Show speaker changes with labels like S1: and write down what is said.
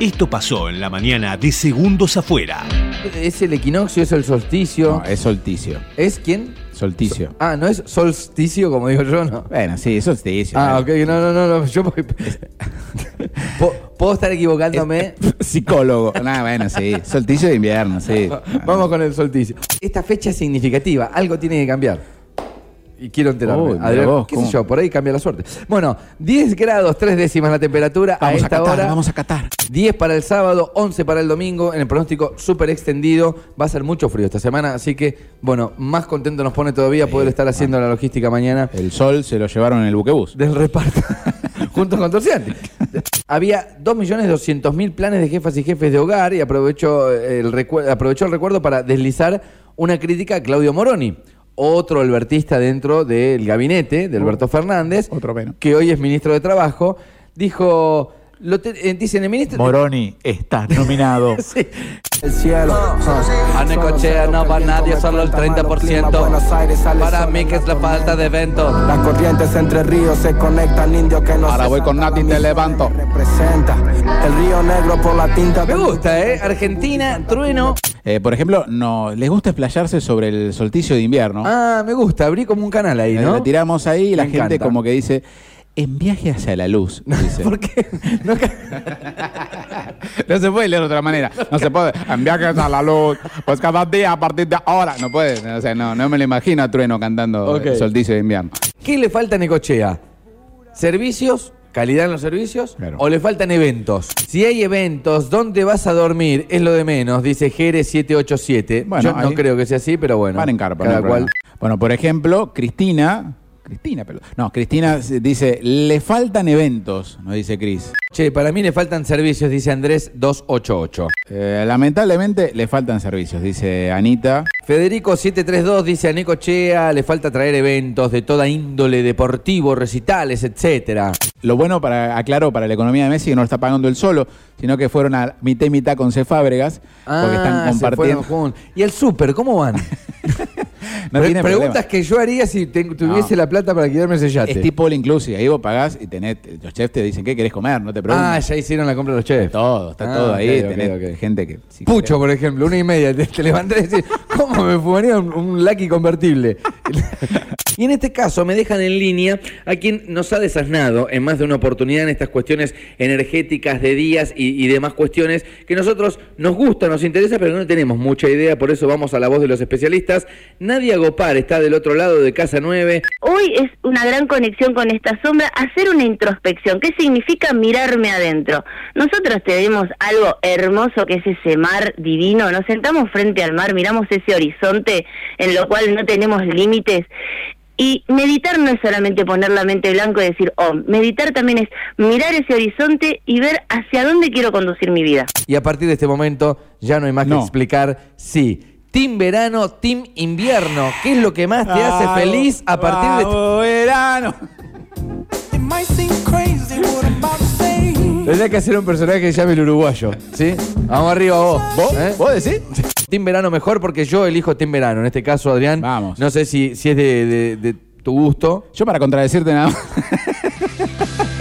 S1: Esto pasó en la mañana de Segundos Afuera.
S2: ¿Es el equinoccio? ¿Es el solsticio?
S3: No, es solticio.
S2: ¿Es quién?
S3: Solticio.
S2: Ah, no es solsticio, como digo yo, no.
S3: Bueno, sí, es solsticio.
S2: Ah, ok,
S3: ¿no?
S2: no, no, no, no, yo voy- Po- puedo estar equivocándome.
S3: Psicólogo. Nada, Ah, bueno, sí. Solsticio de invierno, sí.
S2: Vamos con el solsticio. Esta fecha es significativa, algo tiene que cambiar. Y quiero enterarme.
S3: Uy, mira
S2: Adrián,
S3: vos,
S2: qué
S3: cómo-
S2: sé yo, por ahí cambia la suerte. Bueno, 10 grados, 3 décimas la temperatura a
S3: Vamos a
S2: esta
S3: Qatar,
S2: hora.
S3: vamos a Qatar.
S2: 10 para el sábado, 11 para el domingo, en el pronóstico súper extendido. Va a ser mucho frío esta semana, así que, bueno, más contento nos pone todavía poder estar haciendo la logística mañana
S3: El sol se lo llevaron en el buquebús.
S2: del reparto junto con Torcianti. Había 2.200.000 planes de jefas y jefes de hogar y aprovechó eh, el, recuer- aprovechó el recuerdo para deslizar una crítica a Claudio Moroni, otro albertista dentro del gabinete de Alberto Fernández,
S3: Oh, otro menos.
S2: que hoy es ministro de Trabajo, dijo, lo te- eh, dicen el ministro...
S3: Moroni está nominado.
S2: Sí.
S4: el cielo.
S2: A Necochea no va nadie, solo el 30%. Para mí que es la falta de eventos.
S4: Las corrientes entre ríos se conectan, indios que no
S3: Ahora
S4: se
S3: voy con
S4: saltan,
S3: Nati,
S4: la
S3: te
S4: misma
S3: levanto.
S4: me Representa el río negro por la tinta.
S2: Me gusta, ¿eh? Argentina, trueno.
S3: Eh, por ejemplo, no, les gusta explayarse sobre el solsticio de invierno.
S2: Ah, me gusta, abrí como un canal ahí,
S3: Eh,
S2: ¿no?
S3: La tiramos ahí y la
S2: Me
S3: gente
S2: encanta.
S3: como que dice, en viaje hacia la luz. dice.
S2: ¿Por qué? No ca-
S3: No se puede leer de otra manera. No se puede. En viaje hacia la luz. Pues cada día a partir de ahora. No puede. O sea, no, no me lo imagino a Trueno cantando
S2: Ok.
S3: el solsticio de invierno.
S2: ¿Qué le falta a Necochea? ¿Servicios? ¿Calidad en los servicios?
S3: Claro.
S2: ¿O le faltan eventos? Si hay eventos, ¿dónde vas a dormir? Es lo de menos, dice Jere 787.
S3: Bueno,
S2: Yo no
S3: ahí-
S2: creo que sea así, pero bueno.
S3: Van en carpa. no
S2: Cada
S3: hay
S2: cual.
S3: problema. Bueno, por ejemplo, Cristina. Cristina, pero. No, Cristina se- dice, le faltan eventos, nos dice Cris.
S2: Che, para mí le faltan servicios, dice Andrés 288.
S3: Eh, lamentablemente le faltan servicios, dice Anita.
S2: Federico 732 dice a Necochea le falta traer eventos de toda índole, deportivo, recitales, etcétera.
S3: Lo bueno, para, aclaro, para la economía de Messi, que no lo está pagando él solo, sino que fueron a mitad y mitad con C. Fábregas, porque están
S2: Ah, se fueron
S3: compartiendo.
S2: juntos. ¿Y el súper, cómo van?
S3: No
S2: Pre-
S3: tiene
S2: preguntas
S3: problema.
S2: que yo haría si te- tuviese
S3: No.
S2: la plata para quedarme ese yate.
S3: Es tipo all inclusive, ahí vos pagás y tenés, los chefs te dicen qué querés comer, no te preguntan.
S2: ah, ya hicieron la compra de los chefs.
S3: Todo, está
S2: Ah,
S3: todo
S2: ok,
S3: ahí,
S2: ok,
S3: tenés
S2: ok.
S3: gente que... si
S2: Pucho, por ejemplo, una y media, te, te levanté y decís, ¿cómo me fumaría un, un Lucky convertible? y en este caso me dejan en línea a quien nos ha desasnado en más de una oportunidad en estas cuestiones energéticas de días y, y demás cuestiones que nosotros nos gusta, nos interesa, pero no tenemos mucha idea, por eso vamos a la voz de los especialistas. Nadia Gopar está del otro lado de Casa 9.
S5: Hoy es una gran conexión con esta sombra, hacer una introspección. ¿Qué significa mirarme adentro? Nosotros tenemos algo hermoso que es ese mar divino. Nos sentamos frente al mar, miramos ese horizonte en lo cual no tenemos límites. Y meditar no es solamente poner la mente blanco y decir, oh, meditar también es mirar ese horizonte y ver hacia dónde quiero conducir mi vida.
S2: Y a partir de este momento ya no hay más
S3: No.
S2: que explicar sí. Team verano, team invierno, ¿qué es lo que más te hace feliz a partir de este...
S3: verano!
S2: Tendría que hacer un personaje que llame el uruguayo, ¿sí? Vamos arriba vos.
S3: ¿Vos?
S2: ¿eh?
S3: ¿Vos decís?
S2: Team verano mejor porque yo elijo team verano. En este caso, Adrián,
S3: Vamos.
S2: no sé si, si es de, de- de tu gusto.
S3: Yo para contradecirte nada más.